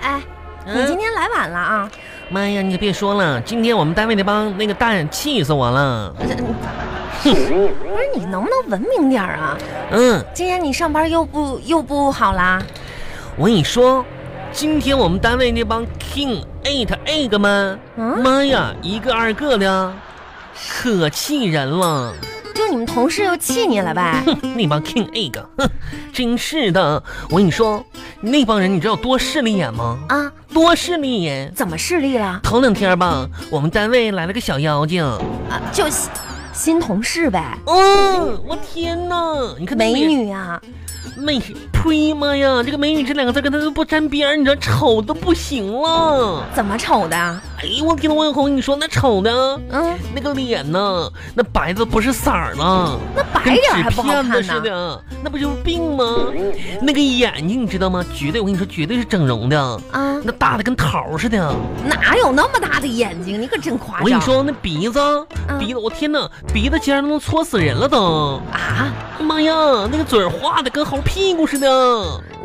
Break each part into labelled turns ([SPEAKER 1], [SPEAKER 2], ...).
[SPEAKER 1] 哎
[SPEAKER 2] 嗯
[SPEAKER 1] 你今天来晚了啊！
[SPEAKER 2] 妈呀，你可别说了，今天我们单位那帮那个蛋气死我了。
[SPEAKER 1] 不是你能不能文明点儿啊？
[SPEAKER 2] 嗯，
[SPEAKER 1] 今天你上班又不又不好啦？
[SPEAKER 2] 我跟你说，今天我们单位那帮 king eight egg 们，
[SPEAKER 1] 嗯
[SPEAKER 2] 妈呀，一个二个的，可气人了。
[SPEAKER 1] 就你们同事又气你 了呗？
[SPEAKER 2] 哼，那帮 king egg，哼，真是的。我跟你说，那帮人你知道多势利眼吗？
[SPEAKER 1] 啊，
[SPEAKER 2] 多势利眼。
[SPEAKER 1] 怎么势利了？
[SPEAKER 2] 头两天吧，我们单位来了个小妖精。
[SPEAKER 1] 啊，就新新同事呗，
[SPEAKER 2] 嗯，我天哪！你看那
[SPEAKER 1] 美
[SPEAKER 2] 脸
[SPEAKER 1] 女啊，
[SPEAKER 2] 美呸妈呀！这个美女这两个字跟她都不沾边儿，你这丑的不行了。
[SPEAKER 1] 怎么丑的？
[SPEAKER 2] 哎呦我天，我小红，你说那丑的
[SPEAKER 1] 嗯，
[SPEAKER 2] 那个脸呢？那白的不是色儿了，
[SPEAKER 1] 那白点儿还不好
[SPEAKER 2] 跟纸片子
[SPEAKER 1] 看
[SPEAKER 2] 似
[SPEAKER 1] 呢。
[SPEAKER 2] 的，那不就是病吗？那个眼睛你知道吗？绝对我跟你说，绝对是整容的，
[SPEAKER 1] 啊，
[SPEAKER 2] 那大的跟桃儿似的。
[SPEAKER 1] 哪有那么大的眼睛？你可真夸张。啊
[SPEAKER 2] 我跟你说，那鼻子，
[SPEAKER 1] 嗯
[SPEAKER 2] 鼻子，我天哪，鼻子尖儿都能戳死人了都。
[SPEAKER 1] 啊，
[SPEAKER 2] 妈呀，那个嘴儿画的跟猴屁股似的。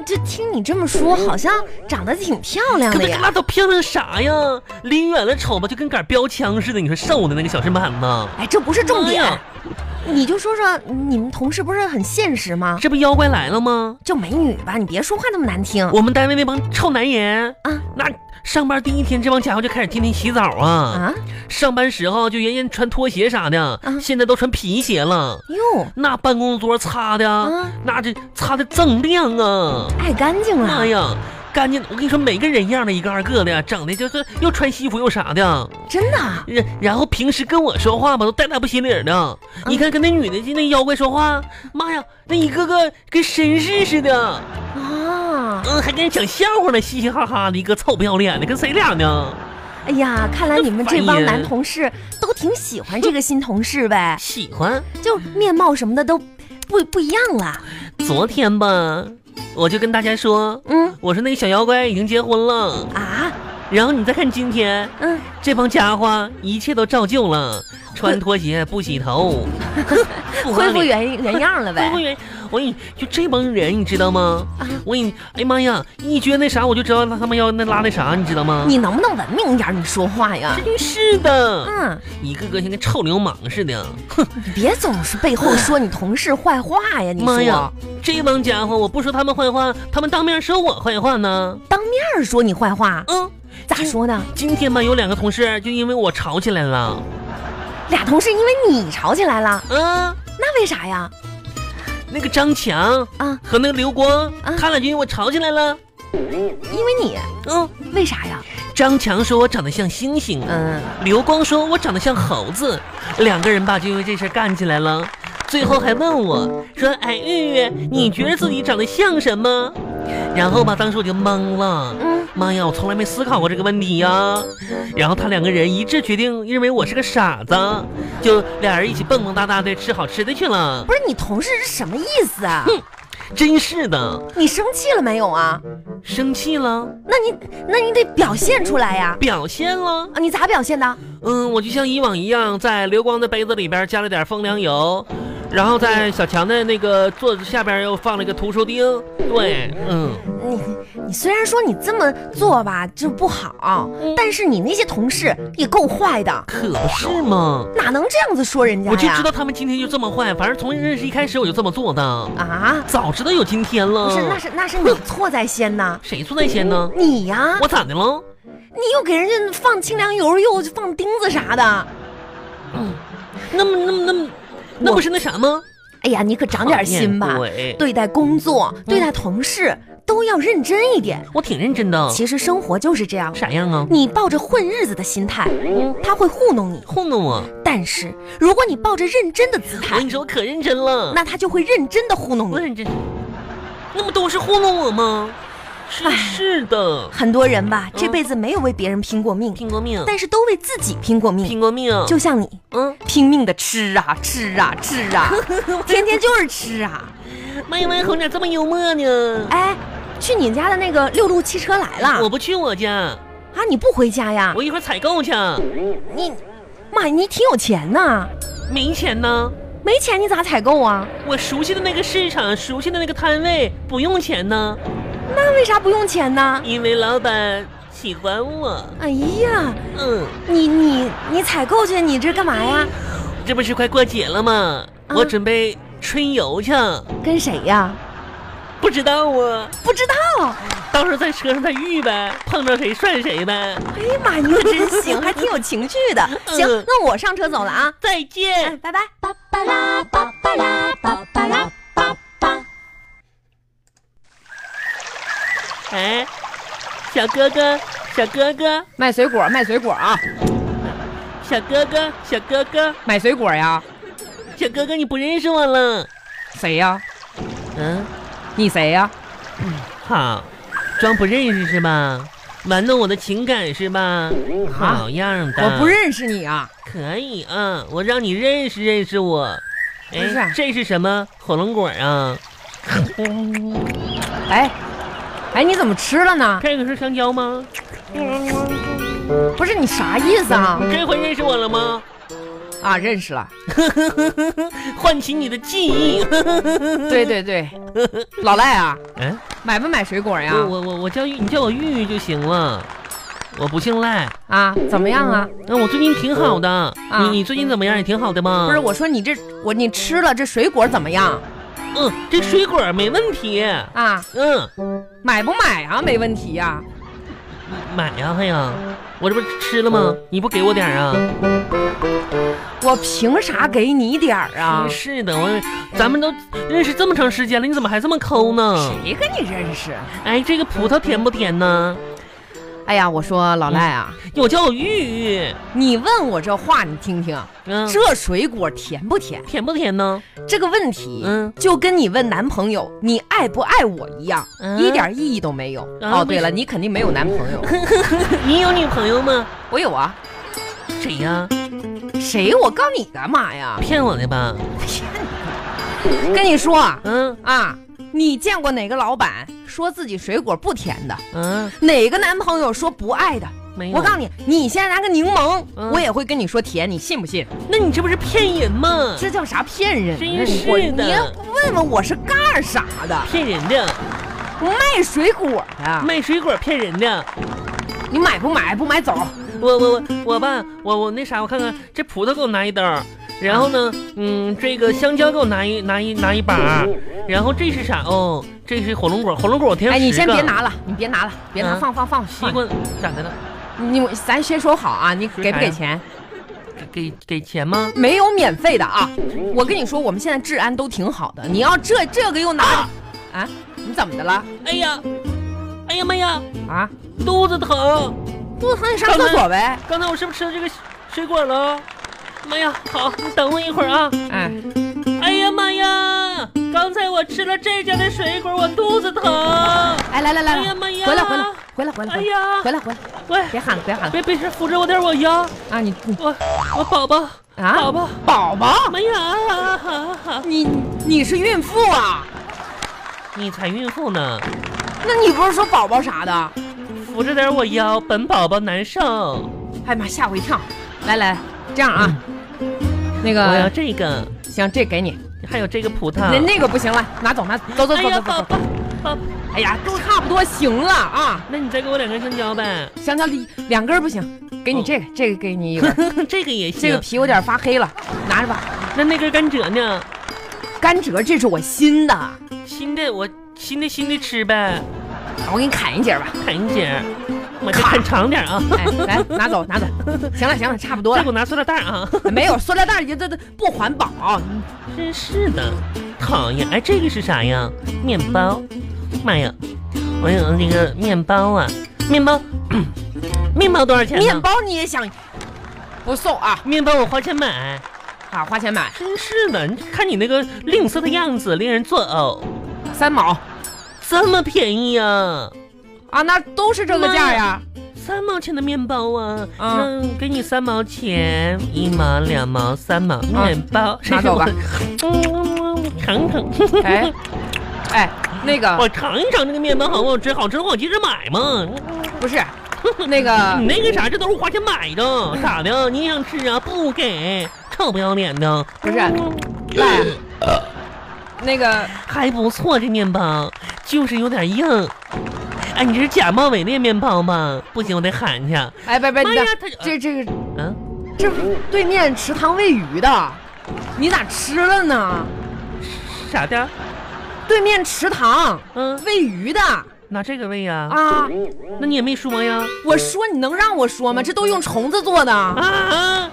[SPEAKER 1] 就听你这么说，好像长得挺漂亮
[SPEAKER 2] 可
[SPEAKER 1] 的
[SPEAKER 2] 那
[SPEAKER 1] 呀。
[SPEAKER 2] 拉倒，漂亮啥呀？离远了瞅吧，就跟杆标枪似的。你说瘦的那个小身板子，
[SPEAKER 1] 哎，这不是重
[SPEAKER 2] 妈
[SPEAKER 1] 点
[SPEAKER 2] 呀，
[SPEAKER 1] 你就说说你们同事不是很现实吗？
[SPEAKER 2] 这不妖怪来了吗？
[SPEAKER 1] 就美女吧，你别说话那么难听
[SPEAKER 2] 我们单位那帮臭男人
[SPEAKER 1] 啊，
[SPEAKER 2] 那上班第一天，这帮家伙就开始天天洗澡啊。
[SPEAKER 1] 啊！
[SPEAKER 2] 上班时候就原先穿拖鞋啥的，
[SPEAKER 1] 啊
[SPEAKER 2] 现在都穿皮鞋了。
[SPEAKER 1] 哟，
[SPEAKER 2] 那办公桌擦的，
[SPEAKER 1] 啊
[SPEAKER 2] 那这擦的锃亮啊！
[SPEAKER 1] 爱干净了。
[SPEAKER 2] 妈呀，干净！我跟你说，每个人样的一个二个的，整的就是又穿西服又啥的。
[SPEAKER 1] 真的啊
[SPEAKER 2] 然然后平时跟我说话吧，都带大不心领的。你看跟那女的那妖怪说话，妈呀，那一个个跟绅士似的，
[SPEAKER 1] 啊！
[SPEAKER 2] 嗯，还跟人讲笑话呢，嘻嘻哈哈的，一个臭不要脸的，跟谁俩呢？
[SPEAKER 1] 哎呀，看来你们
[SPEAKER 2] 这
[SPEAKER 1] 这
[SPEAKER 2] 烦
[SPEAKER 1] 帮
[SPEAKER 2] 人
[SPEAKER 1] 男同事都挺喜欢这个新同 事呗，
[SPEAKER 2] 喜欢。
[SPEAKER 1] 就面貌什么的都不不一样了。
[SPEAKER 2] 昨天吧，我就跟大家说，
[SPEAKER 1] 嗯
[SPEAKER 2] 我说那个小妖怪已经结婚了。
[SPEAKER 1] 啊
[SPEAKER 2] 然后你再看今天，
[SPEAKER 1] 嗯，
[SPEAKER 2] 这帮家伙一切都照旧了，穿拖鞋不洗头， 不
[SPEAKER 1] 恢
[SPEAKER 2] 喝
[SPEAKER 1] 复
[SPEAKER 2] 脸
[SPEAKER 1] 原原样了呗
[SPEAKER 2] 服务。员，我跟你就这帮人，你知道吗？
[SPEAKER 1] 哎啊
[SPEAKER 2] 我跟你，哎呀妈呀，一撅那啥，我就知道他们要那拉那啥，你知道吗？
[SPEAKER 1] 你能不能文明一点儿？你说话 呀？
[SPEAKER 2] 真是的，
[SPEAKER 1] 嗯，
[SPEAKER 2] 一个个像个臭流氓似的。哼，
[SPEAKER 1] 你别总是背后说你同事坏话呀！你
[SPEAKER 2] 妈呀
[SPEAKER 1] 说，
[SPEAKER 2] 这帮家伙，我不说他们坏话，他们当面说我坏话呢。
[SPEAKER 1] 当面儿说你坏话，
[SPEAKER 2] 嗯，
[SPEAKER 1] 咋
[SPEAKER 2] 今？
[SPEAKER 1] 说呢？
[SPEAKER 2] 今天吧，有两个同事就因为我吵起来了。
[SPEAKER 1] 俩同事因为你吵起来了，
[SPEAKER 2] 嗯，
[SPEAKER 1] 那为啥呀？
[SPEAKER 2] 那个张强
[SPEAKER 1] 啊，
[SPEAKER 2] 和那个刘光，
[SPEAKER 1] 啊
[SPEAKER 2] 他俩就因为我吵起来了。
[SPEAKER 1] 因为你，
[SPEAKER 2] 嗯，
[SPEAKER 1] 为啥呀？
[SPEAKER 2] 张强说我长得像猩猩。
[SPEAKER 1] 嗯，
[SPEAKER 2] 刘光说我长得像猴子，两个人吧就因为这事儿干起来了，最后还问我说：“哎，玉玉，你觉得自己长得像什么？”然后吧，当时我就懵了，
[SPEAKER 1] 嗯
[SPEAKER 2] 妈呀，我从来没思考过这个问题呀、然后他两个人一致决定认为我是个傻子，就俩人一起蹦蹦哒哒的吃好吃的去了
[SPEAKER 1] 不。是你同事是什么意 思啊？
[SPEAKER 2] 真是的，
[SPEAKER 1] 你生气了没有啊？
[SPEAKER 2] 生气了，
[SPEAKER 1] 那你那你得表现出来呀！
[SPEAKER 2] 表现了。
[SPEAKER 1] 啊，你咋表现的？
[SPEAKER 2] 嗯，我就像以往一样，在流光的杯子里边加了点风凉油，然后在小强的那个座子下边又放了一个图书钉。对，嗯，
[SPEAKER 1] 你你虽然说你这么做吧，就不好，
[SPEAKER 2] 嗯
[SPEAKER 1] 但是你那些同事也够坏的，
[SPEAKER 2] 可不是嘛。
[SPEAKER 1] 哪能这样子说人家
[SPEAKER 2] 我
[SPEAKER 1] 哎呀？
[SPEAKER 2] 就知道他们今天就这么坏，反正从认识一开始我就这么做的，
[SPEAKER 1] 啊，
[SPEAKER 2] 早知道有今天了。
[SPEAKER 1] 不是，那是那是你错在 先呐。
[SPEAKER 2] 谁做那些呢？
[SPEAKER 1] 你呀、
[SPEAKER 2] 我咋的了？
[SPEAKER 1] 你又给人家放清凉油，又放钉子啥的。
[SPEAKER 2] 那么那么那么，那不是那啥吗？
[SPEAKER 1] 哎呀，你可长点心吧
[SPEAKER 2] 讨，厌鬼
[SPEAKER 1] 对待工作、对待同
[SPEAKER 2] 嗯
[SPEAKER 1] 事都要认真一点。
[SPEAKER 2] 我挺认真的。
[SPEAKER 1] 其实生活就是这样，
[SPEAKER 2] 啥样啊？
[SPEAKER 1] 你抱着混日子的心态，他会糊弄你；
[SPEAKER 2] 糊弄我！
[SPEAKER 1] 但是如果你抱着认真的姿
[SPEAKER 2] 我
[SPEAKER 1] 态
[SPEAKER 2] 跟，你说，我可认真了。
[SPEAKER 1] 那他就会认真的糊弄
[SPEAKER 2] 我
[SPEAKER 1] 你。
[SPEAKER 2] 认真，那不都是糊弄我吗？真是的，
[SPEAKER 1] 很多人吧，这
[SPEAKER 2] 嗯
[SPEAKER 1] 辈子没有为别人拼过命，
[SPEAKER 2] 拼过命，
[SPEAKER 1] 但是都为自己拼过命。
[SPEAKER 2] 拼过命，
[SPEAKER 1] 就像你
[SPEAKER 2] 嗯，
[SPEAKER 1] 拼命的吃啊吃啊吃 啊，天天就是吃啊。
[SPEAKER 2] 妈呀妈呀，红姐这么幽默呢？
[SPEAKER 1] 哎，去你家的那个六路汽车来
[SPEAKER 2] 我
[SPEAKER 1] 了
[SPEAKER 2] 不去我家，
[SPEAKER 1] 啊！你不回家呀？
[SPEAKER 2] 我一会儿采购去，
[SPEAKER 1] 你，妈，你挺有钱呐，
[SPEAKER 2] 没钱呢。
[SPEAKER 1] 没钱你咋采购啊？
[SPEAKER 2] 我熟悉的那个市场，熟悉的那个摊位，不用钱呢，
[SPEAKER 1] 那为啥不用钱呢？
[SPEAKER 2] 因为老板喜欢我。
[SPEAKER 1] 哎呀，
[SPEAKER 2] 嗯，
[SPEAKER 1] 你你你采购去，你这干嘛呀？
[SPEAKER 2] 这不是快过节了吗？
[SPEAKER 1] 啊
[SPEAKER 2] 我准备春游去，
[SPEAKER 1] 跟谁呀？
[SPEAKER 2] 不知道啊，
[SPEAKER 1] 不知道。
[SPEAKER 2] 到时候在车上再遇呗，碰着谁算谁呗。
[SPEAKER 1] 哎呀妈，你可真 行，还挺有情趣的。行，
[SPEAKER 2] 嗯
[SPEAKER 1] 那我上车走了啊，
[SPEAKER 2] 再见。
[SPEAKER 1] 拜拜。
[SPEAKER 3] 巴巴拉巴巴拉巴巴拉巴巴。
[SPEAKER 2] 哎，小哥哥，小哥哥，
[SPEAKER 4] 卖水果，卖水果啊，
[SPEAKER 2] 小哥哥，小哥哥，
[SPEAKER 4] 买水果呀？
[SPEAKER 2] 小哥哥，你不认识我了？
[SPEAKER 4] 谁呀？
[SPEAKER 2] 嗯，
[SPEAKER 4] 你谁呀？
[SPEAKER 2] 好，装不认识是吧？玩弄我的情感是吧？好样的！
[SPEAKER 4] 啊我不，认识你啊！
[SPEAKER 2] 可以啊，我让你认识认识我。
[SPEAKER 4] 不是啊
[SPEAKER 2] 哎，这是什么火龙果啊？
[SPEAKER 4] 哎，哎，你怎么吃了呢？
[SPEAKER 2] 这个是香蕉吗？
[SPEAKER 4] 不是你啥意思啊？
[SPEAKER 2] 这回认识我了吗？
[SPEAKER 4] 啊，认识了。
[SPEAKER 2] 唤起你的记忆。
[SPEAKER 4] 对对对，老赖啊，
[SPEAKER 2] 哎，
[SPEAKER 4] 买不买水果呀？
[SPEAKER 2] 我我我叫玉，你叫我玉玉就行了，我不姓赖。
[SPEAKER 4] 啊，怎么样啊？
[SPEAKER 2] 那、我最近挺好的，你你最近怎么样？也挺好的吗？
[SPEAKER 4] 不是，我说你这我你吃了这水果怎么样
[SPEAKER 2] 嗯，这水果没问题。
[SPEAKER 4] 啊？
[SPEAKER 2] 嗯，
[SPEAKER 4] 买不买啊？没问题呀、
[SPEAKER 2] 买呀，嘿呀，我这不是吃了吗？你不给我点儿啊？
[SPEAKER 4] 我凭啥给你点儿啊
[SPEAKER 2] 真？是的，我咱们都认识这么长时间了，你怎么还这么抠呢？
[SPEAKER 4] 谁跟你认识？
[SPEAKER 2] 哎，这个葡萄甜不甜呢？
[SPEAKER 4] 哎呀，我说老赖啊，
[SPEAKER 2] 有叫我玉玉，
[SPEAKER 4] 你问我这话，你听听，
[SPEAKER 2] 嗯，
[SPEAKER 4] 这水果甜不甜？
[SPEAKER 2] 甜不甜呢？
[SPEAKER 4] 这个问题，
[SPEAKER 2] 嗯
[SPEAKER 4] 就跟你问男朋友你爱不爱我一样，
[SPEAKER 2] 嗯
[SPEAKER 4] 一点意义都没有。
[SPEAKER 2] 啊
[SPEAKER 4] 哦，
[SPEAKER 2] 为什
[SPEAKER 4] 对
[SPEAKER 2] 么
[SPEAKER 4] 了，你肯定没有男朋友，
[SPEAKER 2] 你有女朋友吗？
[SPEAKER 4] 我有啊，
[SPEAKER 2] 谁呀？
[SPEAKER 4] 谁？我告你干嘛呀？
[SPEAKER 2] 骗我的吧？
[SPEAKER 4] 跟哎你说啊
[SPEAKER 2] 嗯
[SPEAKER 4] 啊，你见过哪个老板说自己水果不甜的？
[SPEAKER 2] 嗯，
[SPEAKER 4] 哪个男朋友说不爱的？
[SPEAKER 2] 没有。
[SPEAKER 4] 我告诉你，你现在拿个柠檬，
[SPEAKER 2] 哎嗯
[SPEAKER 4] 我也会跟你说甜，你信不信？
[SPEAKER 2] 那你这不是骗人吗？
[SPEAKER 4] 这叫啥骗人？
[SPEAKER 2] 真是
[SPEAKER 4] 我
[SPEAKER 2] 的
[SPEAKER 4] 你要问问我是干啥的？
[SPEAKER 2] 骗人的，
[SPEAKER 4] 卖水果的，
[SPEAKER 2] 卖水果骗人的。
[SPEAKER 4] 你买不买？不买走。
[SPEAKER 2] 我我我我吧，我我那啥，我看看这葡萄给我拿一兜儿，然后呢，嗯，这个香蕉给我拿一拿一拿一把儿，然后这是啥？哦，这是火龙果，火龙果我添
[SPEAKER 4] 哎，你
[SPEAKER 2] 10
[SPEAKER 4] 先
[SPEAKER 2] 个
[SPEAKER 4] 别，拿了，你别拿了，别拿，
[SPEAKER 2] 啊
[SPEAKER 4] 放放放
[SPEAKER 2] 西
[SPEAKER 4] 放。
[SPEAKER 2] 瓜咋的了？
[SPEAKER 4] 你咱先说好啊，你
[SPEAKER 2] 说
[SPEAKER 4] 给不
[SPEAKER 2] 啥
[SPEAKER 4] 给
[SPEAKER 2] 呀
[SPEAKER 4] 钱？
[SPEAKER 2] 给给给钱吗？
[SPEAKER 4] 没有免费的啊！我跟你说，我们现在治安都挺好的。你要这这个又拿啊你怎么的了
[SPEAKER 2] 哎呀，哎呀妈呀，
[SPEAKER 4] 啊？
[SPEAKER 2] 肚子疼！
[SPEAKER 4] 肚子疼，你上厕所呗。
[SPEAKER 2] 刚才我是不是吃了这个水果了？妈呀，好，你等我一会儿啊！
[SPEAKER 4] 哎，
[SPEAKER 2] 哎呀妈呀，刚才我吃了这家的水果，我肚子疼！
[SPEAKER 4] 哎，来来来
[SPEAKER 2] 哎
[SPEAKER 4] 来
[SPEAKER 2] 呀，妈呀，
[SPEAKER 4] 回来回来回来回来
[SPEAKER 2] 哎呀
[SPEAKER 4] 回来回来，
[SPEAKER 2] 喂，
[SPEAKER 4] 别喊了别喊了
[SPEAKER 2] 别别事，扶着我点儿，我腰，
[SPEAKER 4] 啊！你你
[SPEAKER 2] 我我宝宝，宝
[SPEAKER 4] 啊，
[SPEAKER 2] 宝，
[SPEAKER 4] 宝宝，
[SPEAKER 2] 妈呀！
[SPEAKER 4] 你你是孕妇啊？
[SPEAKER 2] 你才孕妇呢，
[SPEAKER 4] 那你不是说宝宝啥的？
[SPEAKER 2] 扶着点儿我腰，本宝宝难受。
[SPEAKER 4] 哎妈，吓我一跳！来来，这样啊，那
[SPEAKER 2] 嗯我要
[SPEAKER 4] 个
[SPEAKER 2] 这个，
[SPEAKER 4] 行，这给你，
[SPEAKER 2] 还有这个葡萄
[SPEAKER 4] 那。那个不行了，拿走拿走走走
[SPEAKER 2] 哎呀，
[SPEAKER 4] 走
[SPEAKER 2] 宝宝
[SPEAKER 4] 走走。，
[SPEAKER 2] 宝宝，
[SPEAKER 4] 哎呀，都差不多行了啊。
[SPEAKER 2] 那你再给我两根香蕉呗，
[SPEAKER 4] 香蕉梨两根儿不行，给你这个，这个给你一根儿，
[SPEAKER 2] 这个也
[SPEAKER 4] 这个
[SPEAKER 2] 哦 行。
[SPEAKER 4] 皮有点发黑了，拿着吧。
[SPEAKER 2] 那那根甘蔗呢？
[SPEAKER 4] 甘蔗这是我新的，
[SPEAKER 2] 新的我新的新的吃呗，
[SPEAKER 4] 我给你砍一截儿吧。
[SPEAKER 2] 砍一截儿，我这砍长点儿啊。
[SPEAKER 4] 哎，来拿走拿走，行了行了，差不多
[SPEAKER 2] 再给
[SPEAKER 4] 了。
[SPEAKER 2] 我拿塑料袋儿啊！
[SPEAKER 4] 没有塑料袋儿，这这这不环保。
[SPEAKER 2] 真是的，讨厌！哎，这个是啥呀？面包。妈呀，我有那个面包啊，面包， 面包多少钱呢？
[SPEAKER 4] 面，包你也想不送啊？
[SPEAKER 2] 面包我花钱买。
[SPEAKER 4] 啊，花钱买
[SPEAKER 2] 真是的，你看你那个吝啬的样子，令人作呕。
[SPEAKER 4] 三毛
[SPEAKER 2] 这么便宜啊？
[SPEAKER 4] 啊，那都是这个价呀。
[SPEAKER 2] 三毛钱的面包啊，
[SPEAKER 4] 嗯
[SPEAKER 2] 那给你三毛钱，一毛两毛三毛，面包、
[SPEAKER 4] 嗯拿走吧
[SPEAKER 2] 这是我。 嗯，尝 尝，
[SPEAKER 4] 哎哎，那个
[SPEAKER 2] 我尝一尝这个面包好不好吃？好吃的话我接着买嘛。
[SPEAKER 4] 不是那个
[SPEAKER 2] 你那个啥，这都是花钱买的，咋的？你想吃啊？不给，臭不要脸的！
[SPEAKER 4] 不
[SPEAKER 5] 哎
[SPEAKER 4] 是赖那个
[SPEAKER 2] 还不错，这面包就是有点硬。
[SPEAKER 5] 哎，你是假冒伪劣面包吗？不行，我得喊去。
[SPEAKER 4] 哎，别别，
[SPEAKER 5] 妈
[SPEAKER 4] 你
[SPEAKER 5] 呀
[SPEAKER 4] 等，
[SPEAKER 5] 他就
[SPEAKER 4] 这这个
[SPEAKER 5] 嗯，
[SPEAKER 4] 这不是对面池塘喂鱼的，你咋吃了呢？
[SPEAKER 5] 傻的，
[SPEAKER 4] 对面池塘
[SPEAKER 5] 嗯，
[SPEAKER 4] 喂鱼的
[SPEAKER 5] 拿这个喂呀、
[SPEAKER 4] 啊！
[SPEAKER 5] 那你也没说呀？
[SPEAKER 4] 我说你能让我说吗？这都用虫子做的，
[SPEAKER 5] 啊，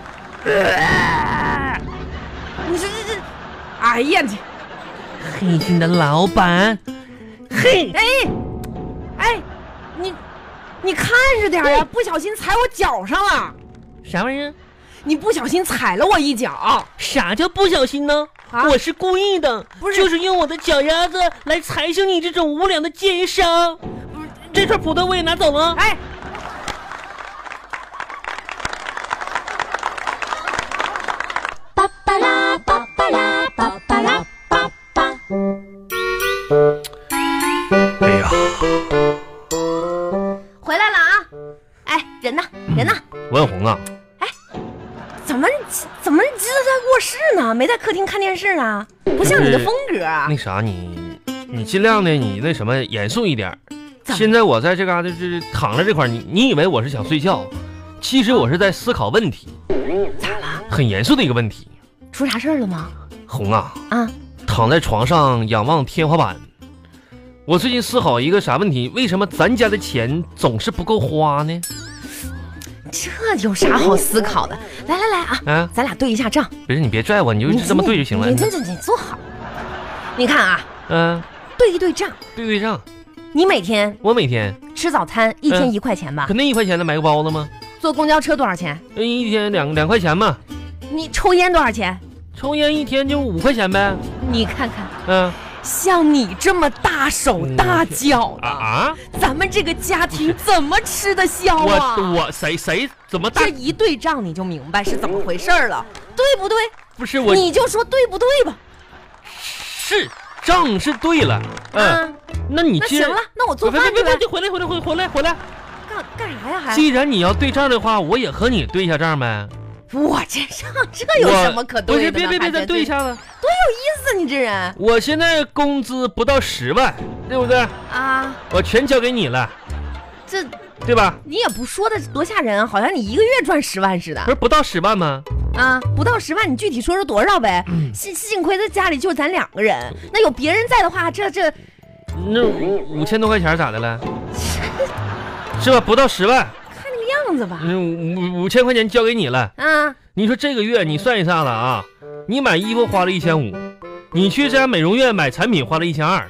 [SPEAKER 4] 你这这这，哎呀，你
[SPEAKER 5] 黑心的老板，嘿，
[SPEAKER 4] 哎，你你看着点儿
[SPEAKER 2] 嗯
[SPEAKER 4] 呀，不小心踩我脚上了，
[SPEAKER 5] 啥玩意儿？
[SPEAKER 4] 你不小心踩了我一脚，
[SPEAKER 5] 啥叫不小心呢？
[SPEAKER 4] 啊
[SPEAKER 5] 我是故意的，
[SPEAKER 4] 不是
[SPEAKER 5] 就是用我的脚丫子来踩醒你这种无良的奸商。这串葡萄我也拿走了。
[SPEAKER 4] 哎，
[SPEAKER 6] pa pa la pa pa la pa pa la pa pa.
[SPEAKER 2] 哎呀，
[SPEAKER 1] 回来了啊！哎，人呢？人呢？
[SPEAKER 2] 嗯
[SPEAKER 1] 哎
[SPEAKER 2] 文红啊，
[SPEAKER 1] 怎么怎么你这在卧室呢？没在客厅看电视啊？不像你的风格啊。
[SPEAKER 2] 那啥你你尽量的你那什么严肃一点儿。现在我在这嘎达这躺着这块儿，你你以为我是想睡觉，其实我是在思考问题，
[SPEAKER 1] 咋了？
[SPEAKER 2] 很严肃的一个问题。
[SPEAKER 1] 出啥事儿了吗？
[SPEAKER 2] 红啊，
[SPEAKER 1] 啊，
[SPEAKER 2] 躺在床上仰望天花板，我最近思考一个啥问题？为什么咱家的钱总是不够花呢？
[SPEAKER 1] 这有啥好思考的？来来来啊，
[SPEAKER 2] 啊，
[SPEAKER 1] 咱俩对一下账。
[SPEAKER 2] 不是你别拽我，你就这么对就行了
[SPEAKER 1] 你。这这你坐好。你看啊，
[SPEAKER 2] 嗯、
[SPEAKER 1] 对一对账，
[SPEAKER 2] 对对账。
[SPEAKER 1] 你每天
[SPEAKER 2] 我每天
[SPEAKER 1] 吃早餐一天
[SPEAKER 2] 嗯
[SPEAKER 1] 一块钱吧
[SPEAKER 2] 可？那一块钱能买个包子吗？
[SPEAKER 1] 坐公交车多少钱？
[SPEAKER 2] 那一天两两块钱嘛，
[SPEAKER 1] 你抽烟多少钱？
[SPEAKER 2] 抽烟一天就五块钱呗。
[SPEAKER 1] 你看看，
[SPEAKER 2] 嗯、
[SPEAKER 4] 像你这么大手大脚
[SPEAKER 2] 啊
[SPEAKER 4] 的，
[SPEAKER 2] 啊！
[SPEAKER 4] 咱们这个 家庭怎么吃得消啊？
[SPEAKER 2] 我我谁谁怎么大
[SPEAKER 4] 这？一对账你就明白是怎么回事儿了，对不对？
[SPEAKER 2] 不是我
[SPEAKER 4] 你就说对不对吧？
[SPEAKER 2] 是账是对了。嗯、
[SPEAKER 1] 啊，
[SPEAKER 2] 那你
[SPEAKER 1] 那
[SPEAKER 2] 既
[SPEAKER 1] 行
[SPEAKER 2] 然
[SPEAKER 1] 了，那我做
[SPEAKER 2] 别
[SPEAKER 1] 饭
[SPEAKER 2] 别
[SPEAKER 1] 去
[SPEAKER 2] 别
[SPEAKER 1] 呗。
[SPEAKER 2] 别，回来回来回来回来回来！
[SPEAKER 1] 干干啥呀？还
[SPEAKER 2] 既然你要对账的话，我也和你对一下账呗。
[SPEAKER 4] 我这
[SPEAKER 1] 上这有
[SPEAKER 2] 我
[SPEAKER 1] 什么可
[SPEAKER 2] 不
[SPEAKER 1] 对
[SPEAKER 2] 是，
[SPEAKER 1] 的
[SPEAKER 2] 别
[SPEAKER 1] 呢？
[SPEAKER 2] 别别，
[SPEAKER 1] 还
[SPEAKER 2] 咱
[SPEAKER 1] 在
[SPEAKER 2] 对一下子。
[SPEAKER 4] 意思，你这人
[SPEAKER 2] 我现在工资不到十万，对不对？
[SPEAKER 1] 啊，
[SPEAKER 2] 我全交给你了，
[SPEAKER 1] 这
[SPEAKER 2] 对吧？
[SPEAKER 1] 你也不说的多吓人，啊好像你一个月赚十万似的
[SPEAKER 2] 不是不到十万吗？
[SPEAKER 1] 啊！不到十万，你具体说说多少呗？
[SPEAKER 2] 嗯
[SPEAKER 1] 幸幸亏在家里就咱两个人，那有别人在的话，这这
[SPEAKER 2] 那五五千多块钱咋的 了？是吧？不到十万，
[SPEAKER 1] 样子吧？
[SPEAKER 2] 嗯，五五千块钱交给你了。
[SPEAKER 1] 啊，
[SPEAKER 2] 你说这个月你算一下子啊，你买衣服花了一千五，你去这家美容院买产品花了一千二，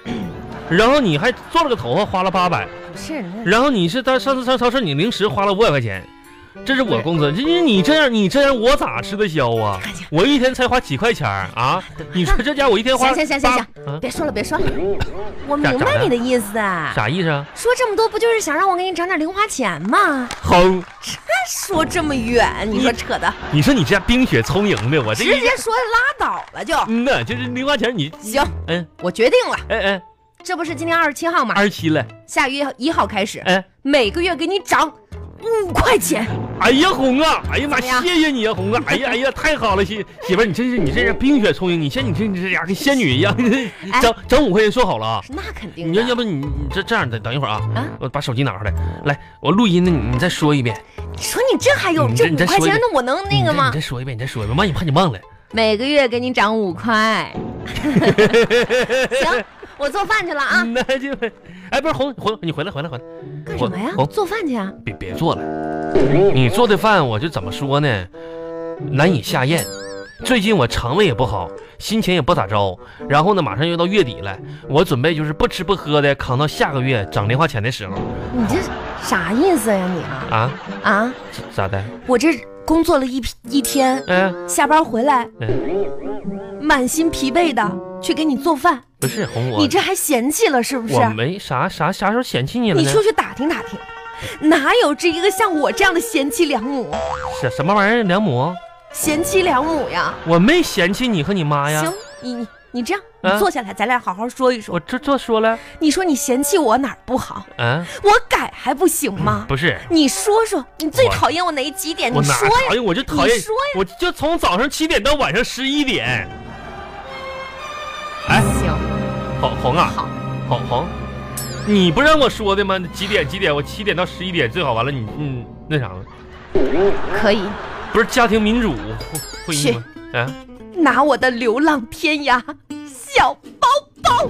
[SPEAKER 2] 然后你还做了个头发花了八百，
[SPEAKER 1] 不是那
[SPEAKER 2] 然后你是到上次上超市你零食花了五百块钱，这是我工资，这这你这样你这样我咋吃得消啊？
[SPEAKER 1] 哎
[SPEAKER 2] 我一天才花几块钱儿 啊？你说这家我一天花
[SPEAKER 1] 行行行行
[SPEAKER 2] 八
[SPEAKER 1] 行
[SPEAKER 2] 啊
[SPEAKER 1] 别说了别说了，我
[SPEAKER 2] 咋
[SPEAKER 1] 明
[SPEAKER 2] 咋
[SPEAKER 1] 白
[SPEAKER 2] 的
[SPEAKER 1] 你的意思啊。
[SPEAKER 2] 啥意思啊？
[SPEAKER 1] 说这么多不就是想让我给你涨点零花钱吗？
[SPEAKER 2] 齁，
[SPEAKER 1] 说这么远，你说扯的，
[SPEAKER 2] 你说你这冰雪聪明的，啊我这
[SPEAKER 1] 直
[SPEAKER 2] 一
[SPEAKER 1] 接说拉倒了就
[SPEAKER 2] 嗯呐，就是零花钱你
[SPEAKER 1] 行。
[SPEAKER 2] 嗯
[SPEAKER 1] 我决定了，
[SPEAKER 2] 哎哎
[SPEAKER 1] 这不是今天二十七号吗？
[SPEAKER 2] 二十七了，
[SPEAKER 1] 下月一号开始，
[SPEAKER 2] 哎
[SPEAKER 1] 每个月给你涨五块钱。
[SPEAKER 2] 哎呀红啊，哎呀妈，
[SPEAKER 1] 怎么样
[SPEAKER 2] 谢谢你啊红啊，哎呀哎呀太好了媳媳妇儿，你真是你这是冰雪聪明，你像你这你这俩跟仙女一样，整整五块钱说好了啊。
[SPEAKER 1] 那肯定
[SPEAKER 2] 你要要
[SPEAKER 1] 哎的，
[SPEAKER 2] 不你你这这样的，等一会儿啊，
[SPEAKER 1] 啊
[SPEAKER 2] 我把手机拿出来，来，我录音呢，你你再说一遍，
[SPEAKER 1] 你说你这还有
[SPEAKER 2] 你
[SPEAKER 1] 这
[SPEAKER 2] 这
[SPEAKER 1] 五
[SPEAKER 2] 你再
[SPEAKER 1] 块
[SPEAKER 2] 说一
[SPEAKER 1] 钱
[SPEAKER 2] 遍
[SPEAKER 1] 的，我能那个
[SPEAKER 2] 你
[SPEAKER 1] 吗
[SPEAKER 2] 再？你再说一遍，你再说一遍，万一怕你忘了。
[SPEAKER 1] 每个月给你涨 五块。行，我做饭去了啊。
[SPEAKER 2] 那就，哎，不是红红，你回来回来回来，
[SPEAKER 1] 干什么呀
[SPEAKER 2] 我？
[SPEAKER 1] 做饭去啊。
[SPEAKER 2] 别别做了，你做的饭我就怎么说呢，难以下咽。最近我肠胃也不好，心情也不咋着，然后呢，马上又到月底了，我准备就是不吃不喝的扛到下个月涨零花钱的时候
[SPEAKER 1] 你这啥意思呀你啊
[SPEAKER 2] 啊，
[SPEAKER 1] 啊！
[SPEAKER 2] 咋的？
[SPEAKER 1] 我这工作了一批一天，
[SPEAKER 2] 嗯、
[SPEAKER 1] 下班回来
[SPEAKER 2] 嗯、
[SPEAKER 1] 满心疲惫的去给你做饭，
[SPEAKER 2] 不是红我
[SPEAKER 1] 你，这还嫌弃了是不是
[SPEAKER 2] 我？没啥啥啥时候嫌弃你了
[SPEAKER 1] 你
[SPEAKER 2] 呢？
[SPEAKER 1] 出去打听打听，哪有这一个像我这样的贤妻良母？
[SPEAKER 2] 什什么玩意儿，梁母？
[SPEAKER 1] 贤妻良母呀！
[SPEAKER 2] 我没嫌弃你和你妈呀。
[SPEAKER 1] 行，你你你这样，
[SPEAKER 2] 啊
[SPEAKER 1] 你坐下来，咱俩好好说一说
[SPEAKER 2] 我。这这说了，
[SPEAKER 1] 你说你嫌弃我哪儿不好，
[SPEAKER 2] 嗯，
[SPEAKER 1] 我改还不行吗？
[SPEAKER 2] 不是，
[SPEAKER 1] 你说说，你最
[SPEAKER 2] 我
[SPEAKER 1] 讨厌我哪几点？
[SPEAKER 2] 我
[SPEAKER 1] 你
[SPEAKER 2] 哪
[SPEAKER 1] 说呀
[SPEAKER 2] 讨，厌，我就讨厌
[SPEAKER 1] 你说，呀
[SPEAKER 2] 我就从早上七点到晚上十一点。哎，
[SPEAKER 4] 行，
[SPEAKER 2] 红红啊
[SPEAKER 4] 好，
[SPEAKER 2] 红红，你不让我说的吗？几点几点？我七点到十一点最好。完了你嗯那啥了，
[SPEAKER 7] 可以
[SPEAKER 2] 不是家庭民主会议吗？啊，
[SPEAKER 1] 拿我的流浪天涯小包包，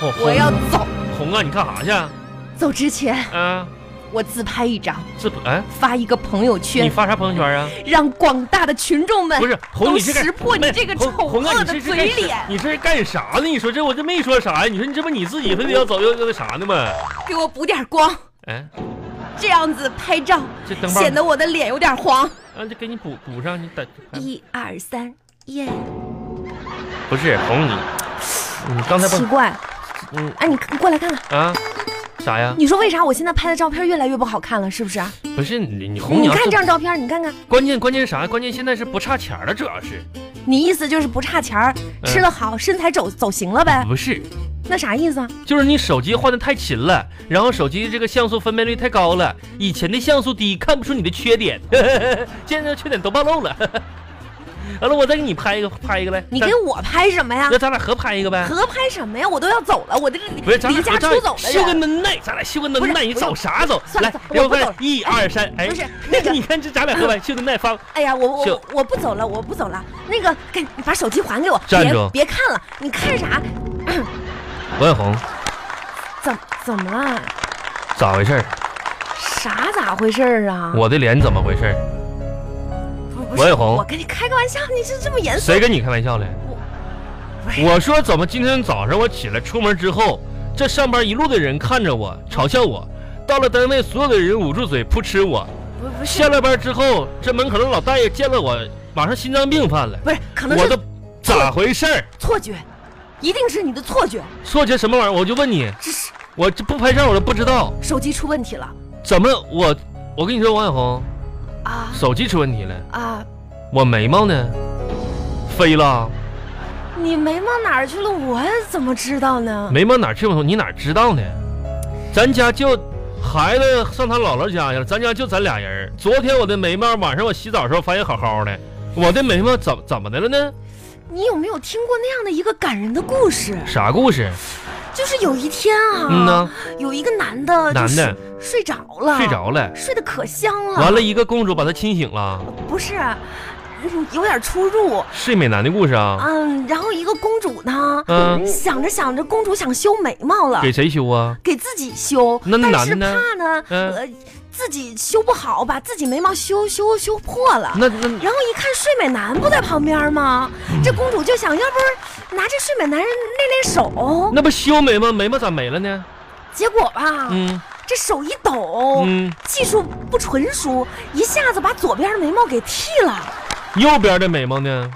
[SPEAKER 2] 红
[SPEAKER 7] 我要走。
[SPEAKER 2] 红啊，你干啥去啊？
[SPEAKER 1] 走之前
[SPEAKER 2] 啊，
[SPEAKER 1] 我自拍一张，
[SPEAKER 2] 这不哎，
[SPEAKER 1] 发一个朋友
[SPEAKER 2] 你
[SPEAKER 1] 圈，
[SPEAKER 2] 发啥朋友圈啊？
[SPEAKER 1] 让广大的群众们
[SPEAKER 2] 不是红，
[SPEAKER 1] 哎都
[SPEAKER 2] 你这个
[SPEAKER 1] 识破你
[SPEAKER 2] 不是
[SPEAKER 1] 这个
[SPEAKER 2] 红
[SPEAKER 1] 丑
[SPEAKER 2] 红啊
[SPEAKER 1] 恶
[SPEAKER 2] 你
[SPEAKER 1] 的
[SPEAKER 2] 这是干
[SPEAKER 1] 嘴
[SPEAKER 2] 啥
[SPEAKER 1] 脸。
[SPEAKER 2] 你这是干啥呢？你说这我这没说啥呀？你说你这不你自己非得要走要要那啥呢吗？
[SPEAKER 1] 给我补点光，
[SPEAKER 2] 哎，
[SPEAKER 1] 这样子拍照
[SPEAKER 2] 这灯泡
[SPEAKER 1] 显得我的脸有点黄。
[SPEAKER 2] 啊，就给你补补上，你等哎
[SPEAKER 1] 一二三，耶！
[SPEAKER 2] 不是红你，你刚才
[SPEAKER 1] 奇
[SPEAKER 2] 不
[SPEAKER 1] 怪，
[SPEAKER 2] 嗯
[SPEAKER 1] 哎，你你过来看看，
[SPEAKER 2] 啊啥呀？
[SPEAKER 1] 你说为啥我现在拍的照片越来越不好看了？是不是啊？
[SPEAKER 2] 不是你你红
[SPEAKER 1] 你
[SPEAKER 2] 要
[SPEAKER 1] 看
[SPEAKER 2] 是
[SPEAKER 1] 这张照片，你看看，
[SPEAKER 2] 关键关键是啥？关键现在是不差钱儿了，主要是
[SPEAKER 1] 你意思就是不差钱儿，
[SPEAKER 2] 嗯
[SPEAKER 1] 吃的好，身材走走形了呗？
[SPEAKER 2] 不是？
[SPEAKER 1] 那啥意思啊？
[SPEAKER 2] 就是你手机换的太勤了，然后手机这个像素分辨率太高了，以前的像素低，看不出你的缺点， 现在缺点都暴露了。 完了，我再给你拍一个，拍一个来。
[SPEAKER 1] 你
[SPEAKER 2] 咱
[SPEAKER 1] 给我拍什么呀
[SPEAKER 2] 那？咱俩合拍一个呗？
[SPEAKER 1] 合拍什么呀？我都要走了，我这
[SPEAKER 2] 不是，咱
[SPEAKER 1] 离
[SPEAKER 2] 俩
[SPEAKER 1] 家
[SPEAKER 2] 咱
[SPEAKER 1] 出
[SPEAKER 2] 俩
[SPEAKER 1] 走的
[SPEAKER 2] 秀个
[SPEAKER 1] 人。
[SPEAKER 2] 能耐，咱俩秀个
[SPEAKER 1] 不
[SPEAKER 2] 能
[SPEAKER 1] 是
[SPEAKER 2] 耐，你
[SPEAKER 1] 不
[SPEAKER 2] 走啥走？
[SPEAKER 1] 算了
[SPEAKER 2] 来
[SPEAKER 1] 算了，
[SPEAKER 2] 刘
[SPEAKER 1] 我不
[SPEAKER 2] 快
[SPEAKER 1] 走，
[SPEAKER 2] 一二三，哎，
[SPEAKER 1] 不是 那个
[SPEAKER 2] 你看这咱俩合 拍，秀个耐发。
[SPEAKER 1] 哎呀，我我
[SPEAKER 2] 秀
[SPEAKER 1] 我我不走了，我不走了。那个，给你把手机还给我，
[SPEAKER 2] 站
[SPEAKER 1] 别
[SPEAKER 2] 住
[SPEAKER 1] 别看了，你看啥？
[SPEAKER 2] 王小红，
[SPEAKER 1] 怎怎么了？
[SPEAKER 2] 咋回事？
[SPEAKER 1] 啥咋回事儿啊？
[SPEAKER 2] 我的脸怎么回事？
[SPEAKER 1] 不不
[SPEAKER 2] 王
[SPEAKER 1] 是，
[SPEAKER 2] 小红
[SPEAKER 1] 我跟你开个玩笑，你是这么严肃？
[SPEAKER 2] 谁跟你开玩笑嘞？我说怎么今天早上我起来出门之后，这上班一路的人看着我嘲笑我，到了单位所有的人捂住嘴扑哧我，
[SPEAKER 1] 不不是
[SPEAKER 2] 下了班之后这门口的老大爷见了我马上心脏病犯了，
[SPEAKER 1] 不是，可能
[SPEAKER 2] 我
[SPEAKER 1] 是
[SPEAKER 2] 都咋回事儿？
[SPEAKER 1] 错觉，一定是你的错觉，
[SPEAKER 2] 说些什么玩意儿？我就问你，
[SPEAKER 1] 这是
[SPEAKER 2] 我这不拍照我都不知道
[SPEAKER 1] 手机出问题了
[SPEAKER 2] 怎么我，我跟你说王小红，
[SPEAKER 1] 啊
[SPEAKER 2] 手机出问题了，
[SPEAKER 1] 啊！
[SPEAKER 2] 我眉毛呢，飞了，
[SPEAKER 1] 你眉毛哪儿去了？我怎么知道 呢？
[SPEAKER 2] 眉毛哪儿去了？你哪儿知道呢？咱家就孩子上他姥姥家去了，咱家就咱俩人儿。昨天我的眉毛，晚上我洗澡的时候发现好好的，我的眉毛怎怎么的了呢？
[SPEAKER 1] 你有没有听过那样的一个感人的故事？
[SPEAKER 2] 啥故事？
[SPEAKER 1] 就是有一天啊，
[SPEAKER 2] 嗯呐，
[SPEAKER 1] 有一个男的，
[SPEAKER 2] 男的
[SPEAKER 1] 睡着了，
[SPEAKER 2] 睡，着了，
[SPEAKER 1] 睡得可香了。
[SPEAKER 2] 完了，一个公主把他亲醒了，
[SPEAKER 1] 不是，嗯有点出入。
[SPEAKER 2] 睡美男的故事啊？
[SPEAKER 1] 嗯，然后一个公主呢，
[SPEAKER 2] 嗯，
[SPEAKER 1] 想着想着，公主想修眉毛了，
[SPEAKER 2] 给谁修啊？
[SPEAKER 1] 给自己修，
[SPEAKER 2] 那
[SPEAKER 1] 但是
[SPEAKER 2] 男的
[SPEAKER 1] 怕呢，
[SPEAKER 2] 嗯
[SPEAKER 1] 呃，自己修不好，把自己眉毛修修修破了。
[SPEAKER 2] 那嗯那
[SPEAKER 1] 然后一看睡美男不在旁边吗？这公主就想，要不拿这睡美男人练练手。
[SPEAKER 2] 那不修眉吗？眉毛咋没了呢？
[SPEAKER 1] 结果吧，
[SPEAKER 2] 嗯
[SPEAKER 1] 这手一抖，
[SPEAKER 2] 嗯，
[SPEAKER 1] 技术不纯熟，一下子把左边的眉毛给剃了。
[SPEAKER 2] 右边的眉毛呢？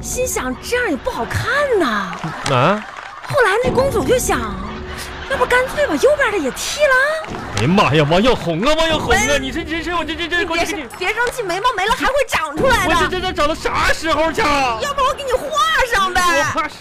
[SPEAKER 1] 心想这样也不好看呐。
[SPEAKER 2] 啊？
[SPEAKER 1] 后来那公主就想，要不干脆把右边的也剃了？
[SPEAKER 2] 哎呀妈呀，王小红啊，王小红啊，你这真是我这这这，我
[SPEAKER 1] 别
[SPEAKER 2] 这
[SPEAKER 1] 生
[SPEAKER 2] 这
[SPEAKER 1] 别生气，眉毛没了还会长出来
[SPEAKER 2] 我这
[SPEAKER 1] 的。
[SPEAKER 2] 这这找到啥时候去啊？
[SPEAKER 1] 要不我给你画上呗。
[SPEAKER 2] 我怕是